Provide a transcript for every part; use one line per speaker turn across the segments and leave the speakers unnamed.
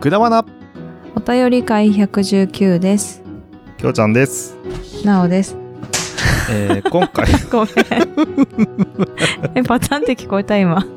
くだばな
お便り会119です。
きょうちゃんです、
なおです。
えー、今回聞
ごめん。え、パターンって聞こえた 今。
こ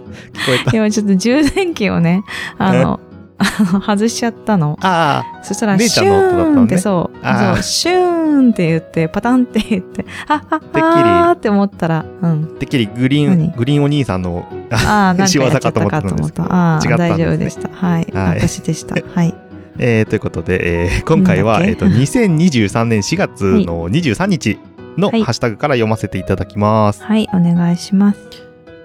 えた
今ちょっと充電器をね、あの、あの 外しちゃったの。
あ
そしたら、
姉ち
シ
ゃ
ュ
んの音だったの
ーン
ね
ってそう。
あー
そう、シューンって言って、パタンって言って、ああ
り
あーって思ったら、うん。
あてっきりグリーン
何
グリーンお兄さんの
ああ、なんか
仕
や
業
っちゃった
かと思ったん
か
で
と思
す
っ
けど
た。ああー、
違ったんですね
大丈夫でした。はい。
はい
私でした。はい。
えー、ということで、えー今回は、
なん
えー、
だっけ
と2023年4月の23日のハ
はい
ッシュタグから読ませていただきます。
はい、お願いします。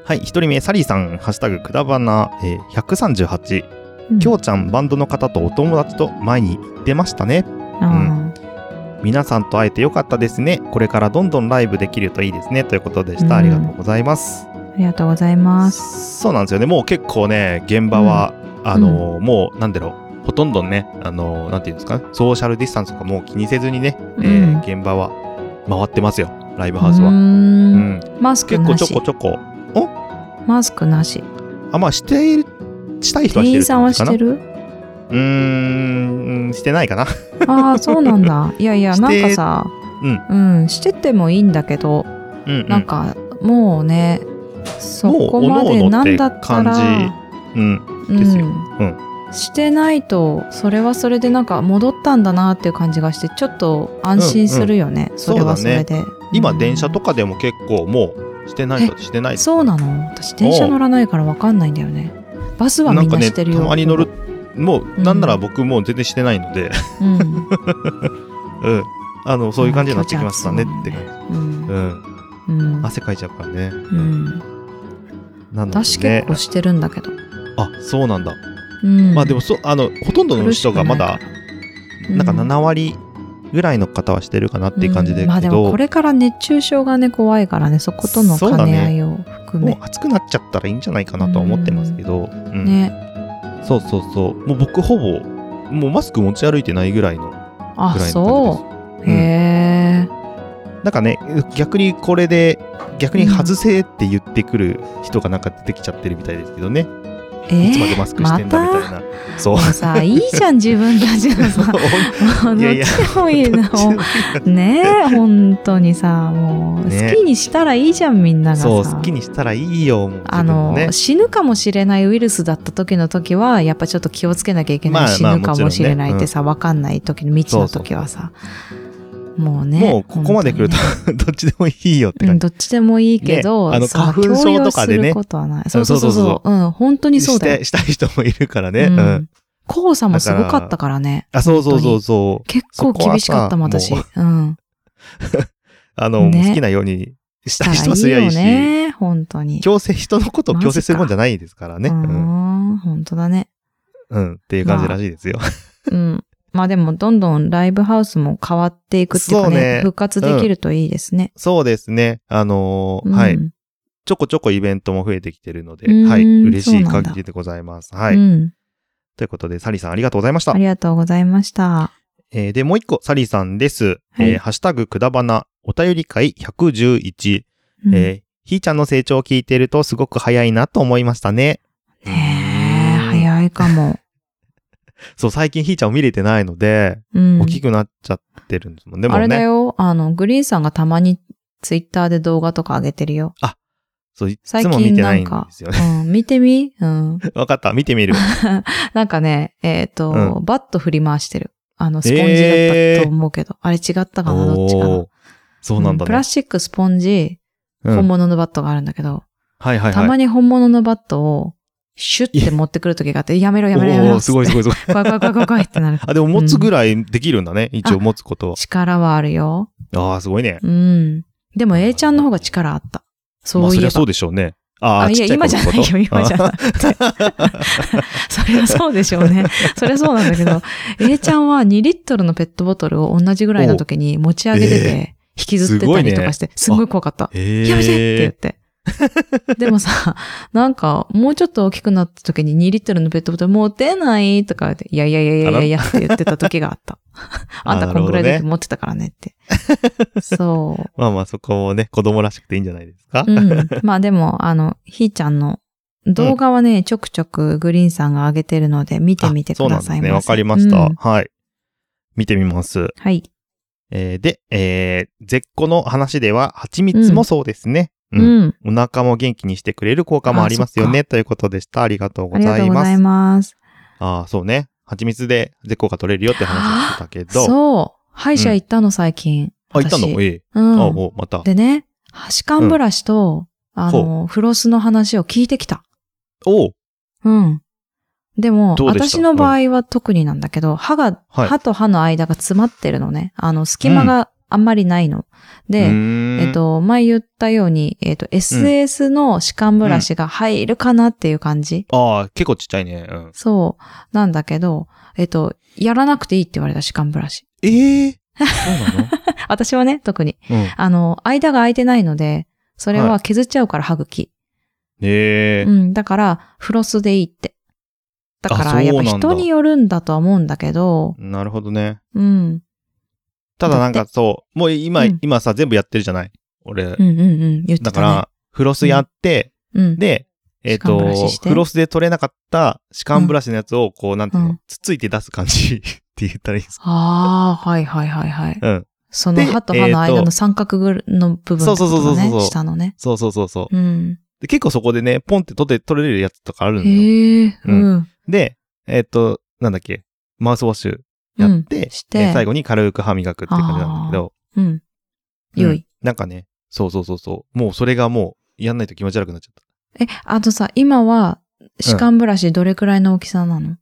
はい、一人目、サリーさん、ハッシュタグくだばな、えー、138、
うん
きょうちゃん、バンドの方とお友達と前に行ってましたね。
あー
皆さんと会えてよかったですね。これからどんどんライブできるといいですね。ということでし
うん
た。ありがとうございます。
ありがとうございます。
そうなんですよね。もう結構ね、現場は、あのーもう、なんだろう、ほとんどね、あのーなんていうんですか、ソーシャルディスタンスとかもう気にせずにね、えー現場は回ってますよ。ライブハウス
う
は。う
ーん
ん。
マスク
結構
な
ちょ
し
こ。ちょこ。
マスクなし。
あ、まあ、している、したい人は
店
してる
員さんはして
る。
る
うーん、してないかな。
ああ、そうなんだ。いやいや、
し
なん
て
かさ、うん、しててもいいんだけど、
うん、うん。
なんか、もうね、そこま
もう
で
おのお
な
のって
んだった
感
ら、
うん。
うん
ですよう
してないと、それはそれでなんか戻ったんだなっていう感じがして、ちょっと安心するよね。それはそれで。
今、
うん
電車とかでも結構もう、してないとしてないと
そうなの私、電車乗らないからわかんないんだよね。バスは
な
み
ん
ん
か
な
ね、
して
た
るよ。
まに乗る。もう、
ん
なんなら僕もう全然してないので、
うん。
うん。あの、そういう感じになってきましたねって感じ。
うん
うん。
うん
汗かいちゃうからね。
うん、
なので、ね。
私結構してるんだけど、
あ、そうなんだ。
うん、
まあでも、そ、あの、ほとんどの人がまだ、なんか7
っ
割ぐらいの方はしてるかなっていう感じで
まあ
すけ
で
ど、
もこれから熱中症がね怖いからねそことの
そうだ
兼
ね
ね合いを含
も
め
う暑くなっちゃったらいいんじゃないかなとは思ってますけど、うん
ね
そうそうそう。もう僕ほぼ、もうマスク持ち歩いてないぐらいの、ぐら
あ
いの
そ
感じ
う、
です。うん
へえ
なんかね、逆にこれで、逆に外せって言ってくる人がなんか出てきちゃってるみたいですけどね。
え
いつまでマスクしてんだみたいな。そう
また。もうさいいじゃん自分たちのさもう
いや いや
どっちでも いいなもうねえ本当にさもう、
ね
好きにしたらいいじゃんみんながさ
そう、好きにしたらいいよ、もう
あ
自分も
の
ね。
死ぬかもしれないウイルスだった時の時はやっぱちょっと気をつけなきゃいけない、
まあ
死
まあ
ぬかもしれないっ
もちろんね
てさ、わかんない時の未知の時はさもうね
もうここまで来ると、
本
どっちでもいいよって
当にねうん、
感じ。
どっちでもいいけど、
ねあの
その
花粉症とかでね
強要することはないそうそうそう
そうそう
そううん本当にそうだよ、
してしたい人もいるからね。
う
うんん。
黄砂もすごかったからね
あ、そうそうそうそう。
結構厳しかったもん
そこはさ
私
も
うん
あの、
ね
好きなようにしたい
し
人
た
はすりゃ
らい
い
い
い
よ
し、
ね本当に
強制、人のことを強制するもんじゃないですからね。
う
うん。
ん本当だね
うん。っていう感じらしいですよ。
うん。まあでも、どんどんライブハウスも変わっていくっていうか
そう
ね、
ね
復活できるといいですね。
そうですね。あのー
うん
はい。ちょこちょこイベントも増えてきてるので、
うーん
はい。嬉し
そう
い
なんだ
限りでございます。はい。
うん。
ということで、サリーさんありがとうございました
あ。りがとうございました。
えーで、もう一個、サリーさんです。
はい
えーハッシュタグくだばな、お便り会111。
うん
えーひーちゃんの成長を聞いているとすごく早いなと思いましたね。
ねえ、早いかも。
そう、最近ひーちゃんを見れてないので、
うん。
大きくなっちゃってるんですもんね。で
あ
も
れだ
ね。
よ、あの、グリーンさんがたまにツイッターで動画とか上げてるよ。
そう、いつ
最
も見
近
てな
ない
ん
ん
で
か、
すよね。
うん、見てみうん。
わかった、見てみる。
なんかね、えっ、と、
う
バット振り回してる。あの、スポンジだったと思うけど、あれ違ったかなどっちかな
おー。そうなんだ
プラ
ね。
スチック、スポンジ、
うん
本物のバットがあるんだけど、
はいはい
た
は
ま
い。
に本物のバットを、シュッて持ってくる時があって、やめろやめろやめ
お
ろ。
ーすごいす
い。
ごいすごい。
怖い怖い怖い怖い怖いってな る。
あ、でも持つぐらいできるんだね。一応持つこと
力はあるよ。
は。ああ、すごいね。
うん。でも A ちゃんの方が力あった。
ま
そ
あ、
うい
そ
え
り
ば。
ゃそうでしょうね。あ
あ
あ、
い
ち
や、
っちゃい
今
頃
じゃ
のこ
ない
と
よ、今じゃなくて。 そりゃそうでしょうね。そりゃそうなんだけど、A ちゃんは2リットルのペットボトルを同じぐらいの時に持ち上げて
お
て、引きずってたりとかして、す
ごいね
ごい怖かった。
ええ。
やめて って言って。でもさ、なんか、もうちょっと大きくなった時に2リットルのペットボトルもう出ないとか言って、いやいやいやいやいやいやって言ってた時があ った。あんたこんくら
なる
いで
ほどね
持ってたからねって。そ
まあまあそこもね、子供らしくていいんじゃないですか
う。う。ん。まあでも、あの、ひーちゃんの動画はね、ちょくちょくグリーンさんが上げてるので、見てみて
そう
く
なん
だ
で
さい
す
ませ。
ね。わかりました。
うん
はい。見てみます。
はい。
えーで、えー、絶好の話では、蜂蜜もそうですね。う。
うんん。
お腹も元気にしてくれる効果もありますよね。ということでした。ありがとう
あ
ご
りが
ざ
とう
い
ご
ま
ざ
す。
います。
ああ、そうね。蜂蜜で絶好が取れるよって話をしてたけど。
そう。歯医者行ったの、最近。
あ、行ったの
私
ええ。
うん。
あ、お、また。
でね、歯間ブラシと、あの、フロスの話を聞いてきた。
おう
うん。でも、
どうでした
私の場合は特になんだけど、歯が、
はい
歯と歯の間が詰まってるのね。あの、隙間があんまりないの。で、え
え
っ、と、前言ったように、えっ、と、SS の歯間ブラシが入るかなっていう感じ、
ああ、結構ちっちゃいね。うん。
そう。なんだけど、えっ、と、やらなくていいって言われた歯間ブラシ。
ええそうなの
私はね、特に。
うん。
あの、間が空いてないので、それは削っちゃうから歯茎。
ええ
うん。だから、フロスでいいって。だか
あそ
ら、
う
やっ
な
ぱ
んだ
人によるんだとは思うんだけど、
なるほどね。
うん。
ただなんかそう、もう今、
うん
今さ、全部やってるじゃない俺、
うんうんうん。言ってた、
だ
ね。
から、フロスやって、
うん、
で、えっ、
歯間ブラ
と
シし、て
フロスで取れなかった歯間ブラシのやつを、こう、なんていうの、
うん
つっついて出す感じ って言ったらいいんですか
ああ、はいはいはいはい。
うん。
その
で
歯と歯の
え
間
ーと
の三角ぐの部分ってこと
そうそうそうそう
ね
そう
下のね。
そうそうそうそう。
うん。
で結構そこでね、ポンって取って取れるやつとかあるんだよ。
へえ、
う
うんん。
で、えっ、と、なんだっけ、マウスウォッシュやって、
うんして
えー最後に軽く歯磨くっていう感じなんだけど、
うん。
うん
良い。
なんかね、そうそうそうそう。もうそれがもう、やんないと気持ち悪くなっちゃった。
え、あとさ、今は、歯間ブラシどれくらいの大きさなの、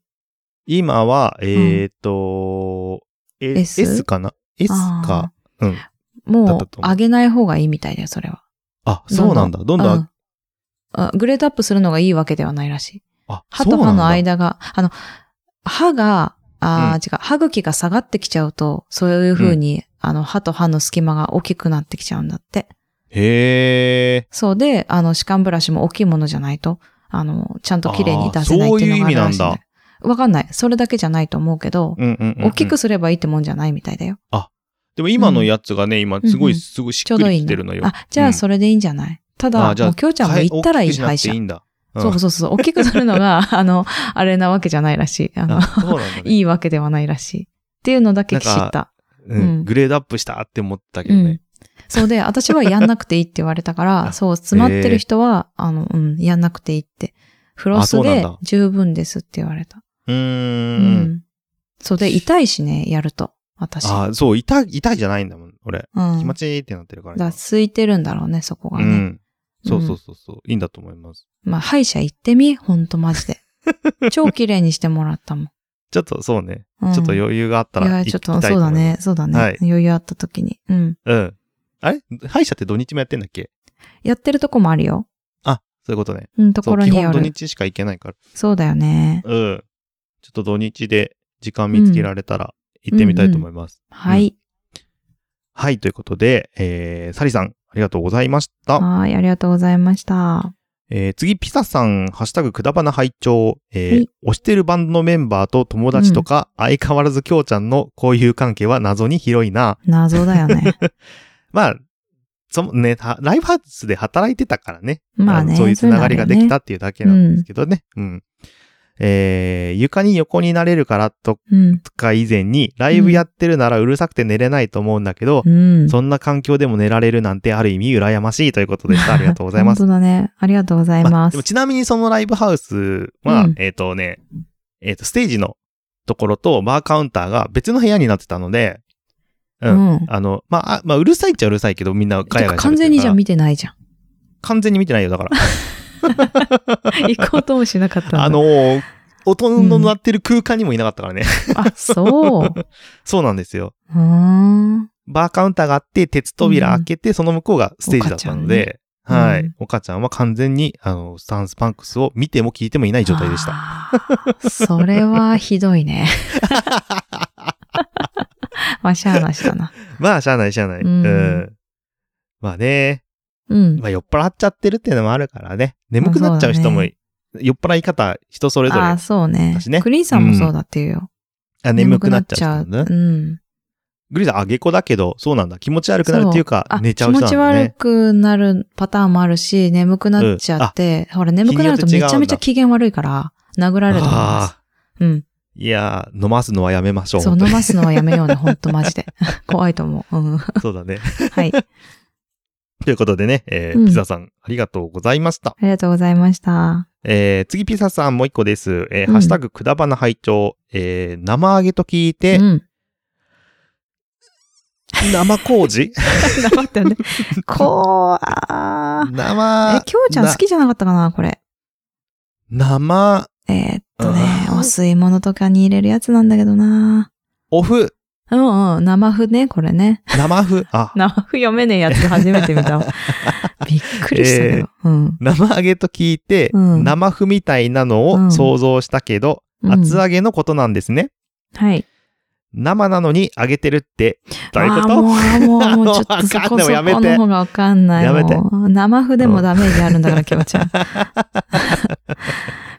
今は、えーっと、え
S？
S? かな ?S か。うん。だっ
も
た
う
と、思う
上げない方がいいみたいだよ、それは。
あ、そうなんだ。どんどん、
うんあグレードアップするのがいいわけではないらしい。
あ、
歯
そう
と
な
歯
んだ
の。間が、あの、歯が、ああ、
うん
違う、歯茎が下がってきちゃうと、そういう風に、あの、歯と歯の隙間が大きくなってきちゃうんだって。
へえ。
そうで、あの、歯間ブラシも大きいものじゃないと、あの、ちゃんと綺麗に出せない
あー
っていうのがあるらしいん
そ
だ
ういう意味なん
よ。わかんない。それだけじゃないと思うけど、
うんうんうんうん
大きく。すればいいってもんじゃないみたいだよ。
でも今のやつがね、今、すご
うんう
い、
ん
すごいし
ちょ
っ
う
く
ど
り
いい
き
な
てるのよ。
あ、じゃ
う
あ
ん
それでいいんじゃないた
あ
だ、
じゃあ
もうきょうちゃんも行ったらいい
は
歯医
い大きくしなく
者
てい。いんだ。ん
そうそうそう。大きくするのが、 あの、あれなわけじゃないらしい。あの
あ、そうなんだね。
いいわけではないらしい。っていうのだけ知
なん
った。
う。
うんん
グレードアップしたって思ったけ
う
どね
ん。。そうで、私はやんなくていいって言われた か
あ
ら、そう、詰まってる人は、あの、うん、やんなくていいって。フロ
あそう
ス
なん
で
だ
十分ですって言われた。
う
う
ーん。
ん。そうで、痛いしね、やると。私。
あ、そう、痛い、痛いじゃないんだもん、俺。
うん。
気持ちいいってなってるから
だから
今。
空いてるんだろうね、そこが
う
ね。
ん。そうそうそうそう。いいんだと思います。
まあ、歯医者行ってみ、ほんとマ ジで。超綺麗にしてもらったもん。
ちょっとそうね。
うん
ちょっと余裕があった
い
ら
や、
行き
ちょ
た
っ
いと思
と、
います。
そうだね、そうだね。
はい
余裕あった時に。うん。
うん。あれ歯医者って土日もやってんだっけ
やってるとこもあるよ。
あ、そういうことね。
うん、と
そ
こ
う、
ろ
基
によ
本土
る。
日しか行けないから。
そうだよね。
うん。ちょっと土日で時間見つけられたら行ってみたいと思います。
はい。
はい、ということで、えー、サリさん、ありがとうございました。
はい、ありがとうございました。
えー、次、ピサさん、ハッシュタグくだばな拝聴えー
はい
推してるバンドのメンバーと友達とか、相変わらずきょうちゃんの交友関係は謎に広いな。
謎だ よね。
まあ、そのね、はライブハウスで働いてたからね。
まあね。
のそういうつながりができた
っ
っていうだけなんですけどね。うん、えー、床に横になれるからと
ていうのあるよね。
か以前に、ライブやってるならうるさくて寝れないと思うんだけど
う、ん。うん。
そんな環境でも寝られるなんてある意味羨ましいということで した。ありがとうございます。
本当だね。ありがとうござい
まあ
ま。
ですもちなみにそのライブハウスは、
うん
えっ、とね、えっ、と、ステージのところとバーカウンターが別の部屋になってたので、うん。
うん。
あの、まあ、あまあ、うるさいっちゃうるさいけど、みんなガヤガヤ喋ってるから
完全にじゃ見てないじゃん。
完全に見てないよ、だから。
行こうともしなかったんだ
あ、の ー、音の鳴ってる空間にもいなかったからね。
あ、 そう。う
そうなんですよ。
ーん。
バーカウンターがあって、鉄扉開けて、その向こうがステージだったので、
岡ちゃんね
は
う
い
ん。
岡ちゃんは完全に、あの、スタンスパンクスを見ても聞いてもいない状態でした。
あー。それはひど いね。まあ、しゃあなしだな。
まあ、しゃあない、しゃあない。う
うん
ん。まあね、
うん。
まあ、酔っ払っちゃってるっていうのもあるからね。眠くなっちゃう人も、
まあ
酔っ払い方、人それぞれ。
あー
あ
そうね
だしね
クリーンさんもそうだっていうよ。
眠くなっちゃう人もね
眠くなっちゃううん。
グリーンさん、あげこだけど、そうなんだ。気持ち悪くなるっていうか
あ、
寝ちゃう人なん
気持ち
だ
悪
ね。
くなるパターンもあるし、眠くなっちゃって、ほら、眠くなると
日に
め
よって違う
ちゃ
んだ
めちゃ機嫌悪いから、殴られると思います。
ああ
うん。
ー、いやー、飲ますのはやめましょう。
そう、
本当
飲
に
ますのはやめようね、ほんとマジで。怖いと思う。うん。
そうだね。
はい。あ
ということでね、えー
うん
ピザさん、ありがとうございました。
りがとうございました。
えー次、ピザさん、もう一個です。えー
うん
ハッシュタグ、くだばな拝聴えー生揚げと聞いて、
うん。
生麹
黙ってるね。こう、あ ー
生、
え、きょうちゃん好きじゃなかったかな、これ。
生、
えーっとね
あ、ー
お吸い物とかに入れるやつなんだけどな。
オフ、
うんうん、生麩ね、これね。
生麩、 あ、
生麩読めねえやつ初めて 見たわ。びっくりしたけど。うん。
生揚げと聞いて、
うん
生麩みたいなの
う
を
ん
想像したけど、
うん
厚揚げのことなんですね。
はい。
生なのに揚げてるって、どういうこ
あ
と
ーもう、もう、もう、ちょっ
あ
と
の
そ
わかんないや
こそこ
めて
の方がわかんない。
やめて
もう生麩でもダメージあるんだから、きょうちゃん。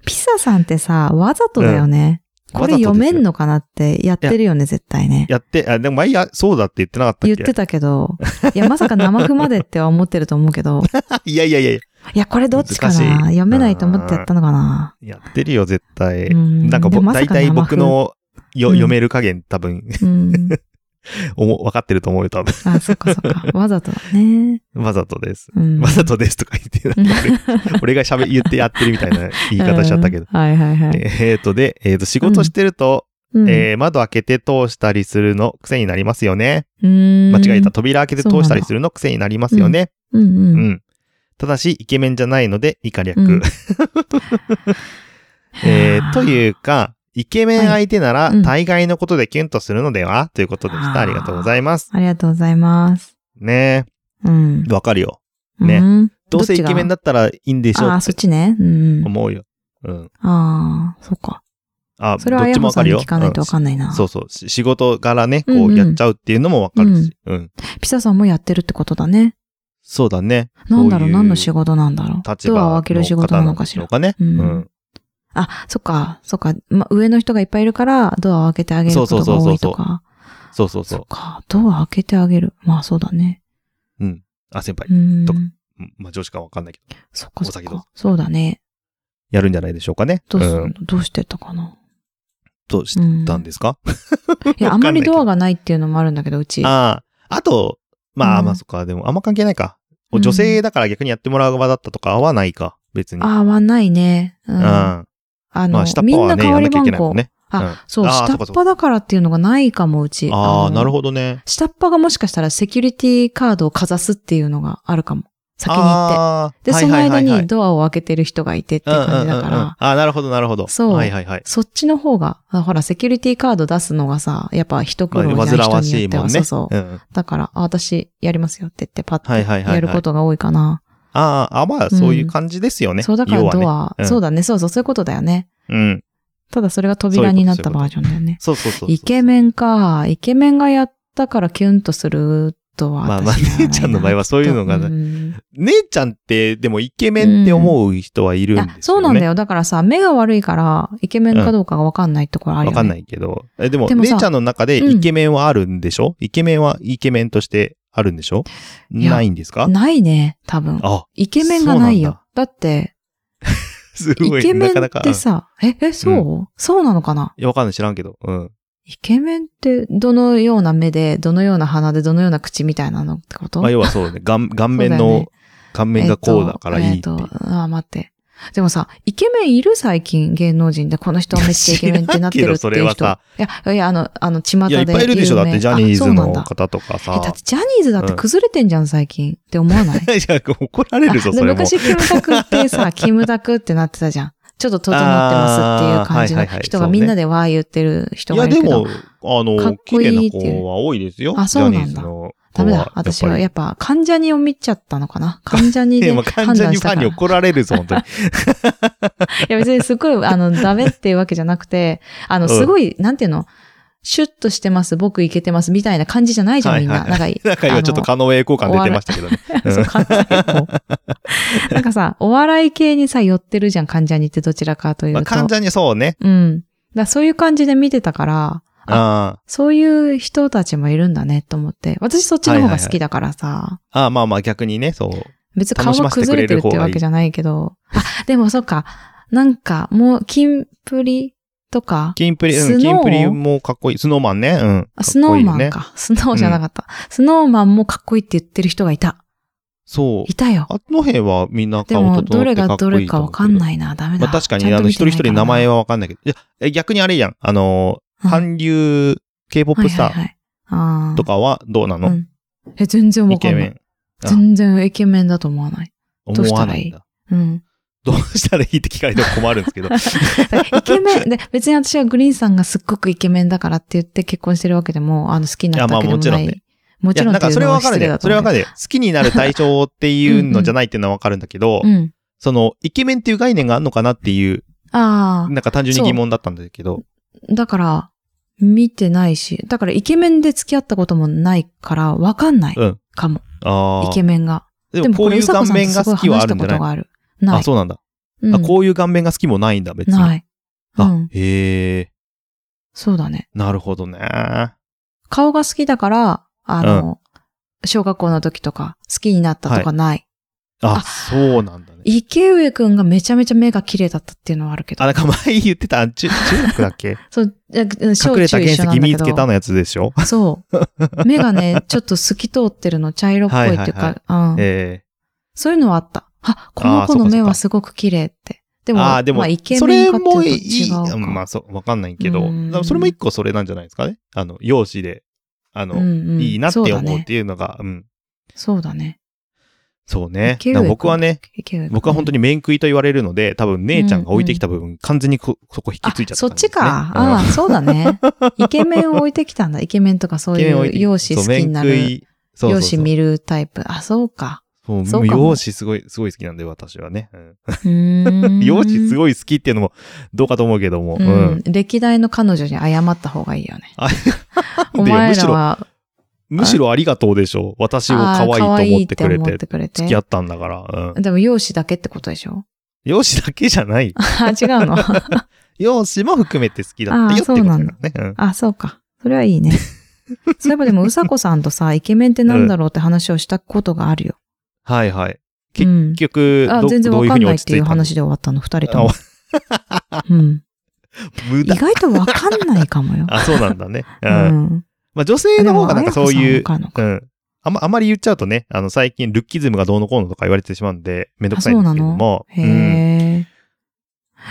ピサさんってさ、わざとだよね。
うん
これ
わざと
読
ですよ
めんのかなってやってるよね、絶対ね。
やって、あ、でも前や、そうだって言ってなかったっ
言
け
ってたけど、いや、まさか生麩までっては思ってると思うけど、
いやいやいや、
いや、これどっちか
難しい
な読めないと思ってやったのかな
やってるよ、絶対。
うん
なんか
で
ぼ、
もま
だ
さ
い
か
たい僕のよ、
うん
読める加減、多分、
うん。
おも、分かってると思うよ、多 分。
あ、そっかそっか。わざとだね。
わざとです。
うん。
わざとですとか言って、なんか 俺俺が喋、言ってやってるみたいな言い方しちゃったけど。
うんはいはいはい。
えーと、で、えーと、仕事してると、
うん
えー窓開けて通したりするの癖になりますよね。
間
間違えた。。扉開けて通したりするの癖になりますよね。
うん
う。
うんん。
ただし、イケメンじゃないので、以下略。
うん
えーというか、イケメン相手なら
はいうん
大概のことでキュンとするのでは、ということでした。
あー
ありがとうございます。
ありがとうございます。
ね
うん。
え。わかるよ。ね
ん。
どうせイケメンだったらいいんでしょ
あ
う
あー、
って
そっちね。うん。
思うよ。うん。
ああ、そっか。
あ、
それは
どっ
や
ちも
も
わか
さん
る
に
よ。
聞かないとわかんない
うん
な。
そうそう。し仕事柄ね、こ
うんう
うんやっちゃうっていうのもわかるし。うん。
ピサさんもやってるってことだね。
そうだね。
なんだろ
こ
う、
い
何の仕事なんだろう。
立場
ドアを
の
開ける仕事なのかしら
方。なのかね。
う
うんん。
あ、そっか、そっか。ま、上の人がいっぱいいるから、ドアを開けてあげることが多いとか。
そうそうそ
そ
う。
っか、ドア開けてあげる。まあそうだね。
あ、先輩
う。ん
と。うんまあ、上司かわかんないけど。
そっか
お
そっ
酒どう
か
ぞ。
そうだね。
やるんじゃないでしょうかね。
どうす
ん。
どうしてたかな。
どうしたんですか
いや、
わか
あ
ん
ん
な
ま
いけ
り
ど
ドアがないっていうのもあるんだけど、うち。
ああ、あと、まあ、
うん
まあそっか、でもあんま関係ないか。
うん
女性だから逆にやってもらう側だったとかはないか、別に。
あーはないね。うん。
うん。
あ
ま
の、
あ、下っ
み
端
ん
は
な
ね、
代
や
わ
ん
り
なきゃいけ
番
ないも
号
ん。ね。
あ
うん
そう、
あー
下
そ
っ
っかそっ
端だからっていうのがないかも、うち。
ああ、なる
ど。
ほどね。
下っ端がもしかしたらセキュリティカードをかざすっていうのがあるかも。先に行って。
ああ、
で、
は
そ
い
の
はい
間
はいはい
にドアを開けてる人がいてっていう感じだか
うんうんうんうん
ら
あ、あ、なるほど、なるほど。
そう
はいはいはい。
そっちの方が、あほら、セキュリティカード出すのがさ、やっぱ一苦労
ま
な
あ、
人に
煩
よ
わ
っ
しい
て
も
は、
ん
そ
ね。
うそうう。
ん。
だから、あ、私やりますよって言って、パッ
はいはいはい
て
はい
やることが多いかな。
ああ、あまあ、そういう感じですよね。
そうだから
要はね
ドア、
うん
そうだね、そうそう、そういうことだよね。
うん。
ただそれが扉になったバージョンだよね。
そうそうそうそう。
イケメンか、イケメンがやったからキュンとするとは私
まあまあ
ならないな
姉ちゃんの場合はそういうのがね
うん
姉ちゃんって、でもイケメンって思う人はいるんですよ、ね
あそうなんだ。よ。だからさ、目が悪いから、イケメンかどうかがわかんないところあるよ
わ
ね。
かんないけど。えでも、
でも
姉
さ
ちゃんの中でイケメンはあるんでしょ、イケメンはイケメンとしてあるんでしょ
いや
ないんですか
ないね、多分。
あ、
イケメンがない
そう
よ。だって、
すご
イ
い。
ケメン
なかなか
っ。てさ、え、え、そう、そうなのかな
うんいや、わかんない。知らんけど。うん。
イケメンって、どのような目で、どのような鼻で、どのような口みたいなのってこと
まあ、要はそうね。顔、顔面
そうだ
の、
よね
顔面がこうだからいいっていう。
えっと、えっとあ、待って。でもさ、イケメンいる最近、芸能人で、この人めっちゃイケメンってなってるって
知
い
ら
うん
けど
人。いや、いや、あの、あの、巷
い
で
や、いっぱいいるでしょ。だ
有
っ
名
て、ジャニー
あ
ズ
そうなん
の
だ
方とか
え
さ。
だってジャニーズだって崩れてんじゃん、最近。って思わない
いや、怒られるぞ、
あで
それも。
昔、キムタクって さ、キムタクってなってたじゃん。ちょっと整ってますっていう感じ
あーは
の
いはいはい
人
そ
が
うね
みんなでわー言ってる人
い
が
や、
いる
で
けど
も、、あ
かっ
の、綺
こい
麗
いって
な
いう
子は多いですよ。
あそうなん
ジ
だ
ャニーズの
ダ
子
メ
やっ
だ。
ぱり
私はやっぱ患者にを見ちゃったのかな。患者 に
い
ね
やまあ完
判
全
断
に
し
フ
た
ァン
か
に
ら。
怒られるぞ、 本当に。
いや別にす ごい、あの、ダメっていうわけじゃなくて、あ
うん
の、すごい、なんていうの、シュッとしてます、僕いけてます、みたいな感じじゃないじゃん、みんな。
はいは
なん かい、
なんか今ちょっと狩野英孝感出てましたけどね。
あのそう考え るとなんかさ、お笑い系にさ、寄ってるじゃん、患者にってどちらかという
まあ、
と。
患者にそうね。
うん。だからそういう感じで見てたから、
あ
そういう人たちもいるんだねと思って。私そっちの方が好きだからさ、
あー、あーまあまあ逆にね、そう。
別に顔が崩れてるってわけじゃないけど。あ、でもそうか。なんか、もう、キンプリとか、
キンプリ、う
スノ
ん、
ー
キンプリもかっこいい。スノーマンね。うん。か
あ
っ
スノ
こい
ー
い
マン
ね。
か。スノーじゃなかった、スノーマンもかっこいいって言ってる人がいた。
そう
い。たよ。
あの辺はみんな
で
顔
も、
と
ど
整
れ
ってか
が
っこ
ど
い
れ
い
か
と思う
わ
けど
かんないな。ダメだ。
まあ確か
ち
に、
ゃ
あ
ん
の、
と
一人
見てな
一人
いからな
名前はわかんないけど、いや、え逆にあれじゃん。あのー、韓流 K-POP スタ
はいは
ー
いはいあー
とかはどうな
う
の
ん。え、全然わ
イ
か
ケ
んな
メ
い。
ン。あ
全然イケメンだと思わない。どう
思
した
わ
ら
ない
い
いんだ。
うん。
どうしたらいいって聞かれても困るんですけ ど。
イケメン、で、別に私はグリーンさんがすっごくイケメンだからって言って結婚してるわけでも、あの、好きになったわけでもない。
いやまあもちろんね
も
いや
ちろん
なん
って
か
いう
それ
の
は
は
わか
失
る
礼
ね
だ。と
それは
思う
わか
け
るね。好きになる対象っていうのじゃないっていうのはわかるんだけど、
ど。うん。
その、イケメンっていう概念があるのかなっていう、
あ
なんか単純に疑問だったんだけど、
あ、だから、見てないし、だからイケメンで付き合ったこともないから、わかんない
うん
かも、
あ
イケメンが。
あ。で
で
も
も
こ
こ
う
れ、
いうう
さ
顔
こさんと
面
す
が
ごい
好きは
話
あ
し
る
た
んじ
こ
ゃな
と
い
がある。な
あ、
い。
そうなんだ。
うん
あこういう顔面が好きもないんだ、別に。
ない。う
あ
ん、
へえ、
そうだね。
なるほどね。
顔が好きだから、あの、小学校の時とか、好きになったとかない。
あ、
あ
そうなんだね。
池上くんがめちゃめちゃ目が綺麗だったっていうのはあるけど
あ、。なんか前言ってた、中、中学だっけ
そう、いやうん 小
隠れた
中
原
一緒なん
石
だ
見
け
つけた
ど。
のやつでしょ
そう。目がね、ちょっと透き通ってるの、茶色っぽいっていう
はい
か、うん
え
そういうのはあった。あ、この子の目はすごく綺麗って。で
え
も、
ああ、でも、
まあ、イケ
そ
メン
れ
かってい
も
うと
い
違
い。
うか。
うんまあ、そう、わかんないけど、だ
うん
からそれも一個それなんじゃないですかね。あの、容姿で、あの、
うんうん
いいなって
そう
思
だ
うっ
ね。
ていうのが、うん。
そうだね。
そうね。
池上
だから僕はね、
池上君
僕は本当に面食いと言われるので、多分姉ちゃんが置いてきた部分、完全にこそこ引き
あ
ついちゃった、
そっちか。ああ、そうだね。イケメンを置いてきたんだ。イケメンとかそういう容姿好きになる。容姿見
る。
るタイプ。あ、そうか。
そう
そうかも
容姿すごい、すごい好きなんで、私はね。うん
うーん
容姿す
い。
ごい好きっていうのもどうかと思うけども。う
うん
ん。。
歴代の彼女に謝った方がいいよね。
あ
お
でむ
前
し
ら
ろ、
は、
むしろありがとうでしょう。私を可愛
あー
いと
可愛
思
い
っ
ってて
くれ
思
て
ってくれて
付き合ったんだから。うん。
でも容姿だけってことでしょ
容姿だけじゃ ない。
あ、違うの。
容姿も含めて好きだったよってことだからね。うん。
あ、そうか。そ れはいいね。そういえばでも、うさこさんとさ、イケメンってなんだろうって話をしたことがあるよ。
はいはい。
う
結
ん。
局、
あ、
ど
全然
どう
わ
いうふ
か
うんに
ない
落ち
って
着い
い
うたの
話で終わったの、二人とも。うん。
無
意
駄。
外とわかんないかもよ。
あ、そうなんだね。う。
うんん。
まあ女性の方がなんかそうい
で
う
も、あやこさんわかんのか
うん。あんま、あまり言っちゃうとね、あの、最近、ルッキズムがどうのこうのとか言われてしまうんで、めんどく
あ
さ
そ
いん
う
で
な
すけど
の
も。
へ
うん
え。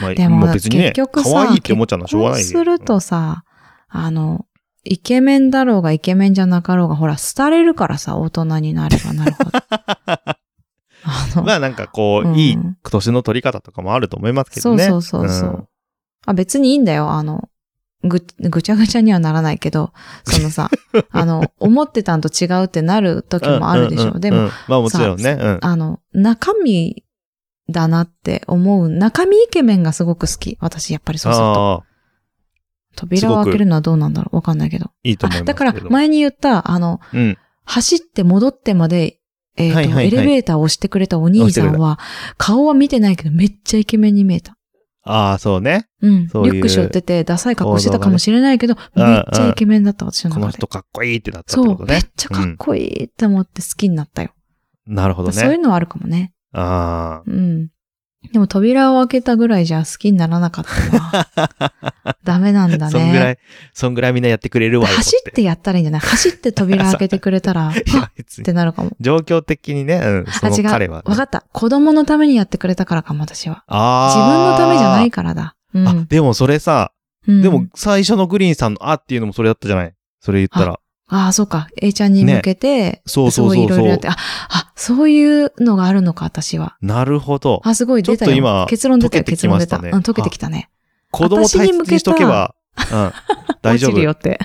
まあ、
でも
まあ別にね、
結局さ
可愛いって思っちゃうのはしょうがない
そうするとさ、あの、イケメンだろうがイケメンじゃなかろうが、ほら、廃れるからさ、大人になればな るほど。あの、
まあなんかこう、
うん
いい年の取り方とかもあると思いますけ
そ
ど
う
ね。
そうそうそう、
ん
あ、別にいいんだよ。あの、ぐ、ぐちゃぐちゃにはならないけど、そ のさ、あの、思ってたんと違うってなる時もあるでし
う
ょ。
んうんうん
でも、、
まあもちろんね。うん。
あの、中身だなって思う、中身イケメンがすごく好き。私、やっぱりそうすると。
ああ、
扉を開けるのはどうなんだろうわかんないけど。
いいと思い
あ
ますけど。
だから、前に言った、あの、
うん。
走って戻ってまで、えっ、と、
はいはいはい
エレベーターを押してくれたお兄さんは、顔は見てないけど、めっちゃイケメンに見えた。
ああ、そうね。
うん。
そういう
リュック背負ってて、ダサい格好してたかもしれないけど、
動画ね
めっちゃイケメンだった、私の
こ
中
の
で。
人かっこいいってなったって
そ
こ
う、
と
め
ね
っ。ちゃかっこいいって思って好きになったよ。
なるほど
そうい
ね。
うのはあるかもね。
ああ。
うん。でも扉を開けたぐらいじゃ好きにならなかったな。 ダメなんだね。
そんぐらい、そんぐらいみんなやってくれるわよ。
走ってやったらいいんじゃない走って扉開けてくれたら、は っ
いや、別
っ
に。
てなるかも。
状況的にね、うん。そ
あ、
の
違う。
彼はね。
わかった。子供のためにやってくれたからかも、私は。自分
あ
の
あ。
ためじゃないからだ。うん。
あ、でもそれさ、
うん
でも、最初のグリーンさんのあっていうのもそれだったじゃないそれ言ったら。
ああ、そうか。A ちゃんに向けて、
そうそうそうそう
いろいろやって、あ、あ、そういうのがあるのか、私は。
なるほど。
あ、すごい、出た
ちょっと
よ。
今
結論出たよ、
溶けて
結
き
論
ま
出。
したた
う
ね
ん、溶けてきたね。
子供大切にしとけば、 うん、大丈
落ちるよ
夫。
って。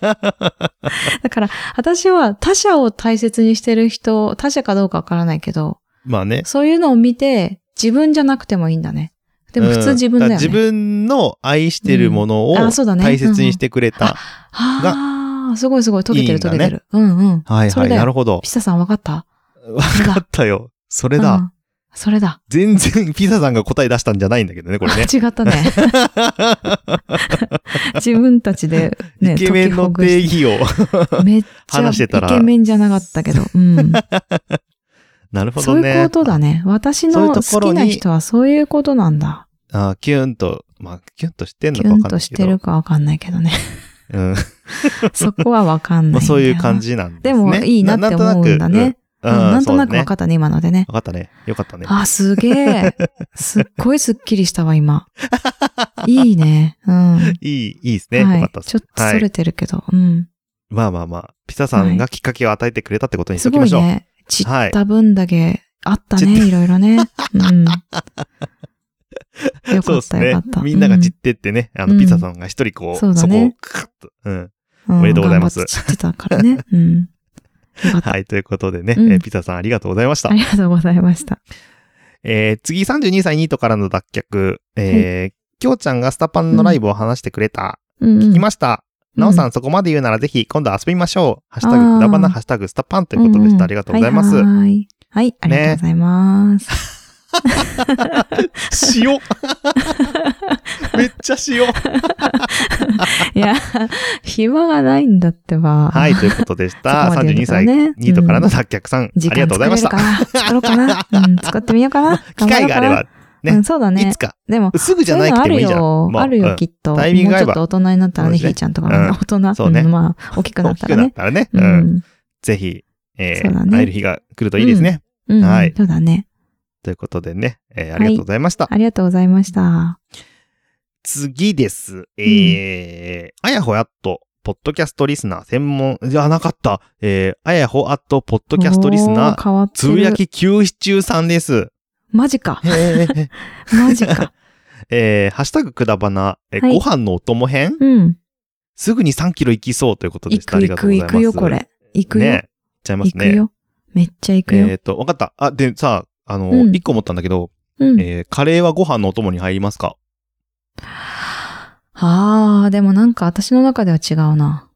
だから、私は他者を大切にしてる人、他者かどうかわからないけど、
まあね。
そういうのを見て、自分じゃなくてもいいんだね。でも普
う
通
ん
自分だよね。
から自分の愛してるものを
うんあそうだね
大切にしてくれた。が
ああ、すごいすごい。溶けて
いい
る
んだ
溶
ね
けてる。うんうん。
はい
そ
はい。
れだよ
なるほど。
ピサさん分かった
わかったよ。それだ。
うんそれだ。
全然ピザさんが答え出したんじゃないんだけどね、これね。
違ったね。 自分たちでね、
イケメンの定
解き
義を。
ほぐしめっちゃ
話してたら
イケメンじゃなかったけど。 う ん。
なるほ
そ
ど
う
ね。
いうことだね。私
そうい
の
うとこ
好
ろに
きな人はそういうことなんだ。
あーキュンと、まあ、キュンとしてんの
キ
か
ュ
わ
ン
かんな
と
い
し
け
て
ど。
るかわかんないけどね。
うん。
そこはわかんないんだよな。
まあ、そういう感じなんですね。
でもいいなって思うんだね。
な
うんな
なんんと
と
な
な
くう
く
ん。うんそうだね
分かったね、今のでね。
わかったね。よかったね。
あ、すげえ。すっごいすっきりしたわ、今。いいね。うん。
いい、いいです ね。
は
よか
い
った。です。
ちょっと
は
そ
い
れてるけど。うん。
まあまあまあ、ピザさんがきっかけを与えてくれたってことにし
す
とき
ご
ま
い
しょう。
ね。散
はい
った分だけあった
散
ね、いろいろね。 うん。よ
そう
か
で
っ
す
た、よ
ね
かった。。
みんなが散ってってね、あ
う
の、
ん
ピザさんが一人こう、
そうだ
そこを
ね
クッと。 うん。
うん
おめでとうございます
頑張って散ってたからね。 うん。よかった。
はい、ということでね、
うん
えーピザさんありがとうございました
あ。りがとうございました。
えー次32歳ニートからの脱却。えーきょうちゃんがスタパンのライブを話してくれた。
うんうん。
聞きました。なおさん、そこまで言うならぜひ今度遊びましょう。ハッシュタグ、くだばな、
あー
ハッシュタグ、スタパンということでした。ありがとうございます。
ははい。はい、ありがとうござい ます。
塩めっちゃ塩
いや、暇がないんだってば。
はい、ということでした。
そこまで言う
32
んだから
歳
ね
ニートからの脱却さん、
時
ありが
間
とうご
作
ざいま
れ
し
る
た。
かな作ろうかな、うん、作ってみようかな
機会があれば、ね
うん、そうだ
い
ね
つ。か、
でも、
すぐじゃないくてもいいじゃん。
そううの
もう
あるよ、
う
あるよ、
ん
きっと。
タイミング合えば
もうちょっと大人になったらね、
そうですね
ひーちゃんとかも
うん
ね、大人、
そうね
んまあ、大きくな
大
っ
き
た
く
ら
なっ
ね。
たらね。
う
うん
ん。
ぜひ、え
そう
ー
だね
会える日が来るといいですね。
うん。
はい
そうだね。
ということでね、えーありがとうございました。
ありがとうございました。
次です。えー、あやほやっと、ポッドキャストリスナー専門、じゃなかった。えー、あやほあっと、ポッドキャストリスナ
お
ー、
変わって
つ
る
ぶや。き休止中さん です。
マジか
へ。ー
マジ か。
えー、ハッシュタグくだばな、えー
はい
ご飯のお供編
うん。
すぐに3キロ行きそうということで
行
した。あ
く
りが
行
とうござ
く
います。
行くよ、こ。れ。行くよ
ね。。行っちゃいま
行
す
く
ね。
よ。めっちゃ行く
え
よ
っ。と、わかった。あ、で、さ、あの、
うん
一個思ったんだけど、
うん。
えー、カレーはご飯のお供に入りますか
あー、でもなんか私の中では違うな。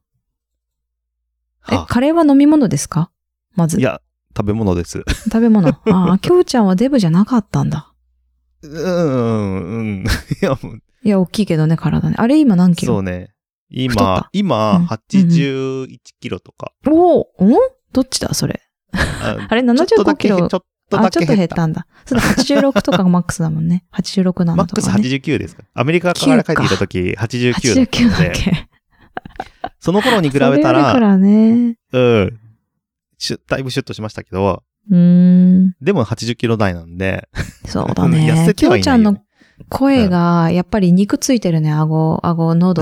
え
は、
カレーは飲み物ですかまず
い。や、食べ物です。
食べ物。あ あ、きょうちゃんはデブじゃなかったんだ。
うーん、うん。 いや、もう
いや、大きいけどね、体ね。あれ今何キ
そう
ロ
ね。
太っ
今
た、
今、
うん
81キロとか。
おおんどっちだそれ。
あ
あれ
ちょっとだ
75
けち
キ
ょ
ロ
っ。とだ
あ、ちょ
け
っと
減
減
っ。
ったたんだ。そうだ、86とかがマックスだもんね。86な
マ
の
ッ
と
クス
か、ね。
89ですから。アメリカから帰ってきた時、89だった
89
の
だっ
で、
け。
その頃に比べた、
それよりかららね。
うん。シュだいぶシュッとしましたけど、
うーん。
でも80キロ台なんで、
そうだ
痩
ね
せ。
き
て
ょ
は
う
い
ち
な
ゃ
い
ん
よ
の
ね。
声が、やっぱり肉ついてるね。顎、顎、喉。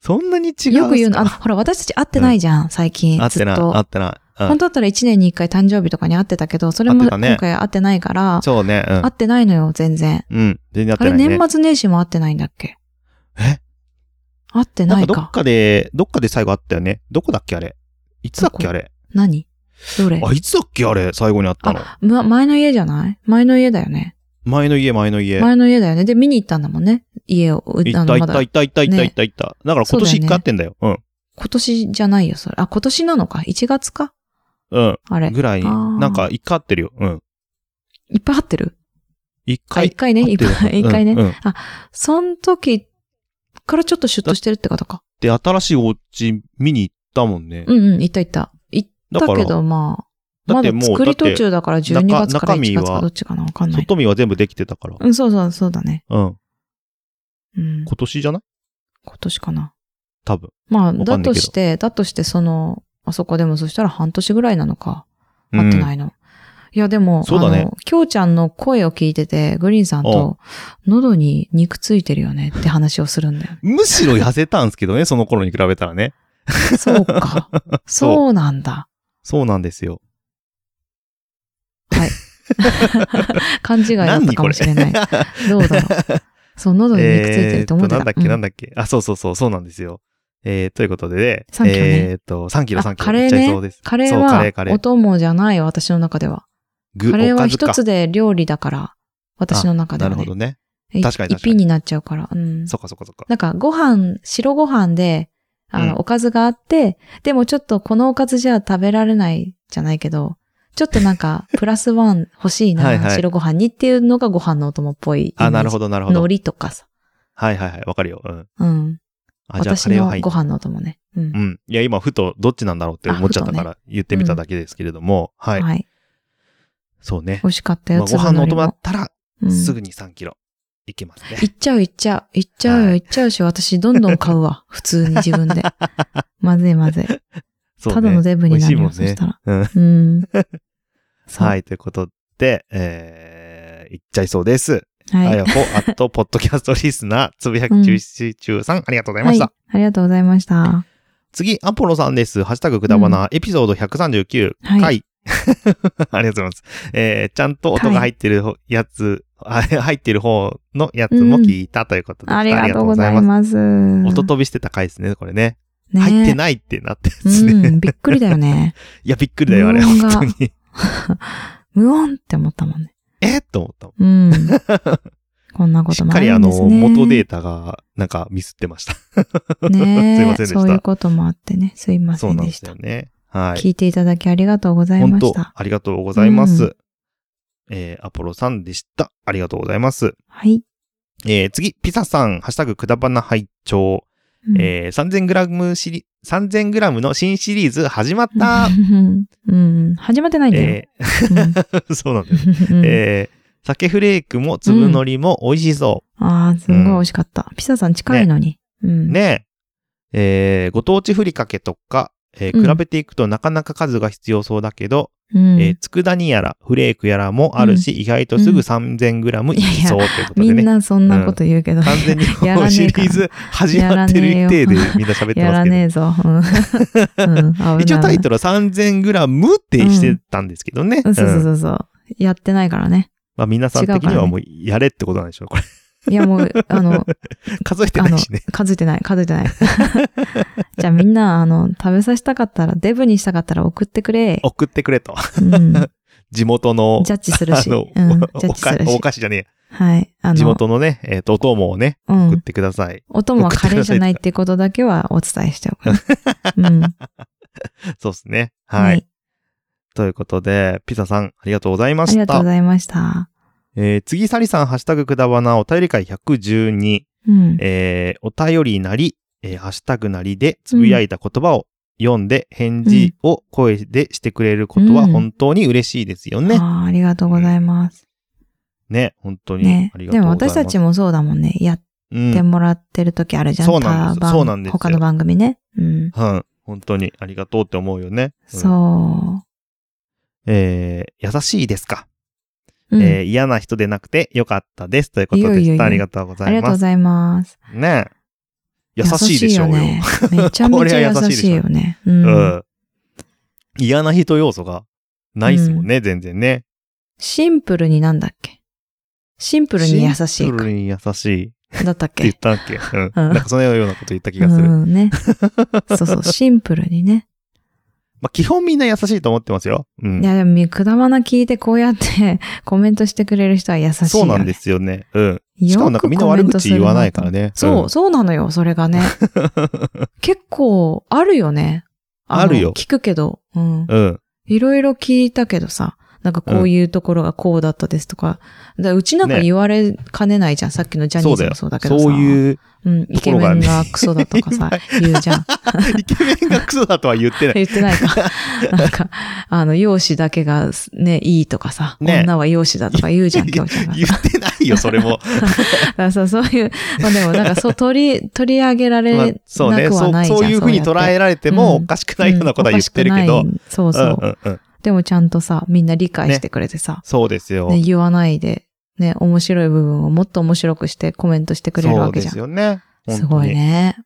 そんなに違う。
よく言うの。あの、ほら、私たち会ってないじゃん、最近。
合ってない、
ずっと
合ってない。うん
本当だったら1年に1回誕生日とかに会ってたけど、それ
会っ
も
てたね
今回会ってないから、
そうね、うん
会ってないのよ、全然。
うん。全然合っ
あ
て
れ、
ないね
年。末年始も会ってないんだっけ
え
会って
な
なん
か
い
どっ
か。
かで、どっかで最後あったよね。どこだっけあれ。いつだっけあれ。
何どれ
あ、いつだっけあれ、最後にあったの。
ま前の家じゃない前の家だよね。
前の家、前の家。
前の家だよね。で、見に行ったんだもんね。家を。う
行
あ
った
の
行
ま
った
だ
行った行った行った
ね
行った行った。だから今
そうだ
年
よね
一回あってんだよ。うん。
今年じゃないよ、それ。あ、今年なのか。1月か
うん。
あれ。
ぐらいに、
あー
なんか一回あってるよ。うん。
いっぱい会ってる
一
あ、
回。
一回ね。いっぱい、一回
うんう
ね。
ん。
その時からちょっとシュッとしてるってことか。
で、新しいお家見に行ったもんね。
うんうん、行った行った。行っ
だか
たけ
ら、
ど、まあ、
だ
ま
って
だ
も
作
う、だっ
り途
て、
中だから12月から
中身
1
は
月かどっちかなわかんない。
外見は全部できてたから。
うん、そうそう、そうだね。
うん。
う
今
ん。
年じゃない
今年かな。
多分。
まあ、
わか
だ
んないけど
として、だとして、その、あそこでもそしたら半年ぐらいなのか。会ってないの。いや、でも、
そうだね
あの、きょうちゃんの声を聞いてて、グリーンさんと、喉に肉ついてるよねって話をするん だよね。
うんむしろ痩せたんですけどね、その頃に比べたらね。
そうか。そうなんだ。
そうなんですよ。
勘違いだったかもし れない。どうだろう。そう、喉に肉ついてると思ってた。
えーとなんだっけ、なん
だ
だっけ。あ、そうそうそう、そうなんですよ。えー、ということで、ね、
3キロね
えーっと、3キロ、3キロ。
カレー
いっちゃいそうで
ね
す。
カレー
そうカレー、カ
は
レ、ー
お供じゃない、私の中では。
具
カレー
お
は
かずか
一つで料理だから、私の中で
な
は
る
ね。
ほどね。
い
確かに確かに
一品になっちゃうから。うん。
そっかそっかそっか。
なんか、ご飯、白ご飯で、あ
うん
の、おかずがあって、でもちょっとこのおかずじゃ食べられないじゃないけど、ちょっとな んか、プラスワン欲しいな、
はいはい
白ご飯にっていうのがご飯のお供っぽいイメージ。
あ、なるほど、なるほ
海
ど。
苔とかさ。
はいはいはい、わかるよ。うん。
うん。
あ、じゃあカ
私
レーは
の
入っ
ご飯のお供ね。うん
う。ん。いや、今、ふと、どっちなんだろうって思っちゃったか
あ
ら言ってみただけですけれども、は。
はいい。
そうね。
美味しかった
まあ
よ、
ご飯のお供だ
粒
ったら、
苔もうん
すぐに3キロいけますね。
行っちゃう行っちゃう。行っちゃうよ
はい
行っちゃうし、私どんどん買 うわ。普通に自分で。まずいまずい。
そうね
ただのデブになるよ、
美味しい
そ
もんね
したら。
うん
うん。そう
はい、ということで、えー、いっちゃいそうです。
は
あ
い。
やほ、あと、ポッドキャストリス ナー、つぶやき中七中さん、ありがとうございま
は
し
い
た。。
ありがとうございました。
次、アポロさんです。ハッシュタグくだばな、エピソード139
はい
回。 ありがとうございます。えー、ちゃんと音が入ってるやつ、あ入ってる方のやつも聞いたということでした、
ありがとうございます。
音飛びしてた回ですね、これね。
ね
入ってないってなってるんですね。
う
い
ん、びっくりだよ ね。
や、びっくりだよ、あれ、
無音
本
が
当に。
無音って思ったもんね。
えっと思ったもん。
うん。こんなこ
し
と
っ
もあ
かり
る
あ
ん
の、
ですね。
元 データが、なんかミスってました。
ねえ
すいませんでした
そういうこともあってね。すいま
そ
せ
うんなん
で
で
し
す
た。
よね。はい。
聞いていただきありがとうござい
本
まし
当、
た。
ありがとうございます。
う
えーアポロさんでした。ありがとうございます。
はい。
えー次、ピザさん、ハッシュタグくだばな拝聴、
うん
えー、3000グラムシリ、3000グラムの新シリーズ始まった、
うんうん、始まってないんだよ。
えー そうなんだよ。
うん
えー、酒フレークも粒のりも美味しそ
ああ、すんごい美味しかった。ピサさん近いのに。
う。
ね。
ねえーご当地ふりかけとか、えー
うん
比べていくとなかなか数が必要そうだけど、
うん
えー、佃煮やらフレークやらもあるし、意外とすぐ 3000g いきそうってこと
み
でね。
んなそんなこと言うけど、
完全にこ
やら
の
ね
シ
え
リ
から
ーズ始まってる一定でみんな喋ってま
や
す
ら
け
ねえぞ。うんうん危な い
ど。一応タイトルは 3000g ってしてたんですけどね。
うんそう
う
そうんそうそう。やってないからね。
まあ皆さん的にはもうやれってことなんでしょう。これ
いやも う、あの、
数えて
あ
な
の
いしね。、
数えてない、数えてない。 じゃあみんな、あの、食べさせたかったら、デブにしたかったら送ってくれ。
送ってくれと。
うん、ジ
地元の、
ャッジする
あ
し。う
の
ん、ジャ、ッ
お
ジする
菓お
し。
菓子じゃね
はい。あ
え。
の、
地元のね、えっと、お供をね、
う
送っ
ん。
てください。
お供はカレーじゃないっていうことだけはお伝えし ておく。うん。
そうですね。はい。。ということで、ピザさん、ありがとうございま
あり
し
がとう
た
ご。ざいました。
えー次、サリさん、ハッシュタグくだばな、お便り会112、
うん。
えーお便りなり、えーハッシュタグなりで、つぶやいた言葉を読んで、返事を声でしてくれることは
うん
本当に嬉しいですよね。
あーありがとうございます。
ね、本当に。
ね。
ありがと
で
う
も
ございま
私
す。
たちもそうだもんね。やっ
うん、
てもらってる時あるじゃん。
そうなんです
他番
そうなんですよ
他の番組ね。うん。
うん、本当にありがとうって思うよね。うん
そ
えー優しいですか、
う。うん
えー嫌な人でなくてよかったです。ということでした。
いやいやいや
ありがとうござ
あ
い
りがとうご
ます。
ざいます。
ね優しいでしょう
優
よ。
ね。めちゃめちゃ優しいよね。う。
うんん。嫌な人要素がないですもんね、全然ね。
シンプルになんだっけシンプルに優し
シ
い
ンプルに優しいって
か。だったっ
言っ
け
たっけうん。
う
な
ん
んかそのようなこと言った気
う
がする。ま
んね。そうそう、シンプルにね。
あ基本みんな優しいと思ってますよ。う
い
ん。
や、でも、くだまな聞いてこうやって コメントしてくれる人は優しいよ、ね。
そうなんですよね。うん。しか
よく
もなんかみんな悪口言わないから
ね。
ね。
そう、
ん
そうなのよ、それ がね。結構、あるよね。の
あるよ
聞くけど、うん。
うん。
いろいろ聞いたけどさ、なんかこういうところがこうだったですとか、だからうちなんか
ね
言われかねないじゃん、さっきのジャニーズもそうだけどさ。
そう
う。
いう、
ん、イケメンがクソだと かさ、言うじゃん。
イケメンがクソだとは言ってない。
言ってな いか。なんか、あの、容姿だけがね、いいとかさ、
ね
女は容姿だとか言うじゃ
い
ん、
や
今日ちゃんが。
言ってないよ、それ も。
だからさ、そういう、まあでもなんかそう取り、取り上げられ
まあ
なく
そうね
は
そ
な
う。
いじゃん。
そういうふうに捉えられても
うん
おかしくないようなことは言ってるけど。
う
うん
んおかしくないそうそう。
うんうん。
でもちゃんとさ、みんな理解してくれてさ、
そうですよ
ね。言わないで、ね、面白い部分をもっと面白くしてコメントしてくれる
そ
わ
う
け
で
じゃん。
す
す
よね。本当に
ごい。ね。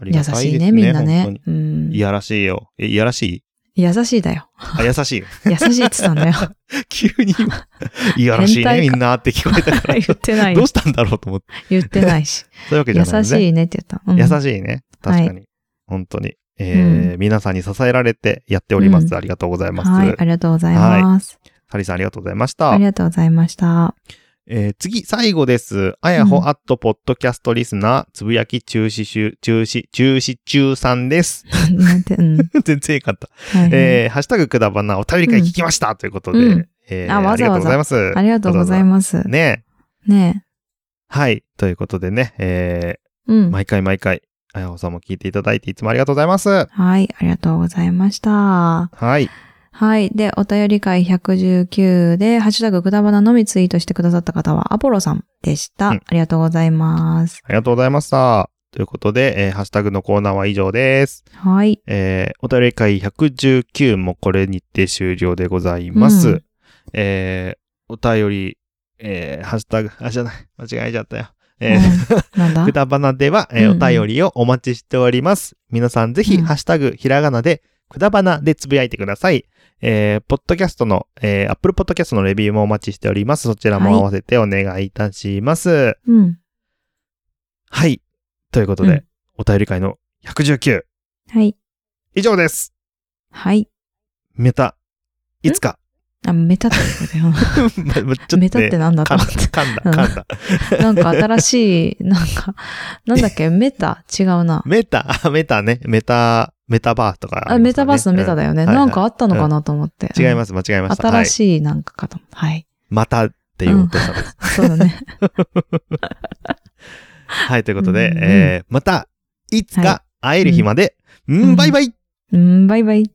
あり
優
がたい
し
で
い
す
ね、みんな
本当
ね
に。
うん。
いやらしいよ。え、いやらしい
優しいだよ。
あ、優し い。
優しいって言ってたんだよ。
急に今、 いやらしいね、
変態
み
か
んなって聞こえたから
言。ってない
ど
よ
う。したんだろうと思って。
言ってないし。
そういうわけじゃない、ね。
優しいねって言った。うん
優しいね。確かに。
は
本当に。えー皆さんに支えられてやっております。
うん
ありがとうございます。
はい、ありがとうございます。
サリさんありがとうございまし
あ
た
り。がとうございました。
えー次、最後です。あや
う
ほ
ん
アットポッドキャストリスナー、つぶやき中止中、中止、中止中さんです。
なんて、うん。
全然よかった。
大変
えー、ハッシュタグくだばなお便り会聞きました、ということで、
うん
えー
あわ
ありが
ざわざ
とうございます。
ありがとうござい
わ
ます
ざわざ。ね
ね
はい。ということでね、え
え。う
ー、
ん。
毎回毎回、あやほさんも聞いていただいていつもありがとうございます。
はい、ありがとうございました。
はい。
はい。で、お便り会119で、ハッシュタグくだばなのみツイートしてくださった方は、アポロさんでした。
うん
ありがとうございます。
ありがとうございました。ということで、えーハッシュタグのコーナーは以上です。
はい。
えー、お便り会119もこれにて終了でございます。
うん
えー、お便り、えー、ハッシュタグ、あ、じゃない、間違えちゃったよ。えー
うんなん だ
くだばなでは、えー
うんうん
お便りをお待ちしております。皆さんぜひ、
うん
ハッシュタグ、ひらがなで、くだばなでつぶやいてください。えー、ポッドキャストの、えー、Apple Podcast のレビューもお待ちしております。そちらも合わせてお願いいたします。はい。
うん。
ということで、
うん
お便り会の119、
はい。
以上です。
はい。
メタ、いつか。
あ、メタってことだ
ま まちょっと
よ。メタって
ね
なんだと
噛ん
思っ
だ、
て。
噛んだ、噛んだ。
なんか新しい、なんか、なんだっけ、メタ違うな。
メタ、あメタね。メタ、メタバースとかあり
あ、
ま
メ
すからね、
タバースのメタだよね。
うんはい
なんかあったのかなと思って。。
うん違いますす、間違えました。
新
はい。
しいなんかかと思って。はい。
またって言おうとしたんです。
そうだね。
はい、ということで、
うんうん
えー、また、いつ
は
か会える日まで、うん、
うん
バイバイ
うん、バイバイ。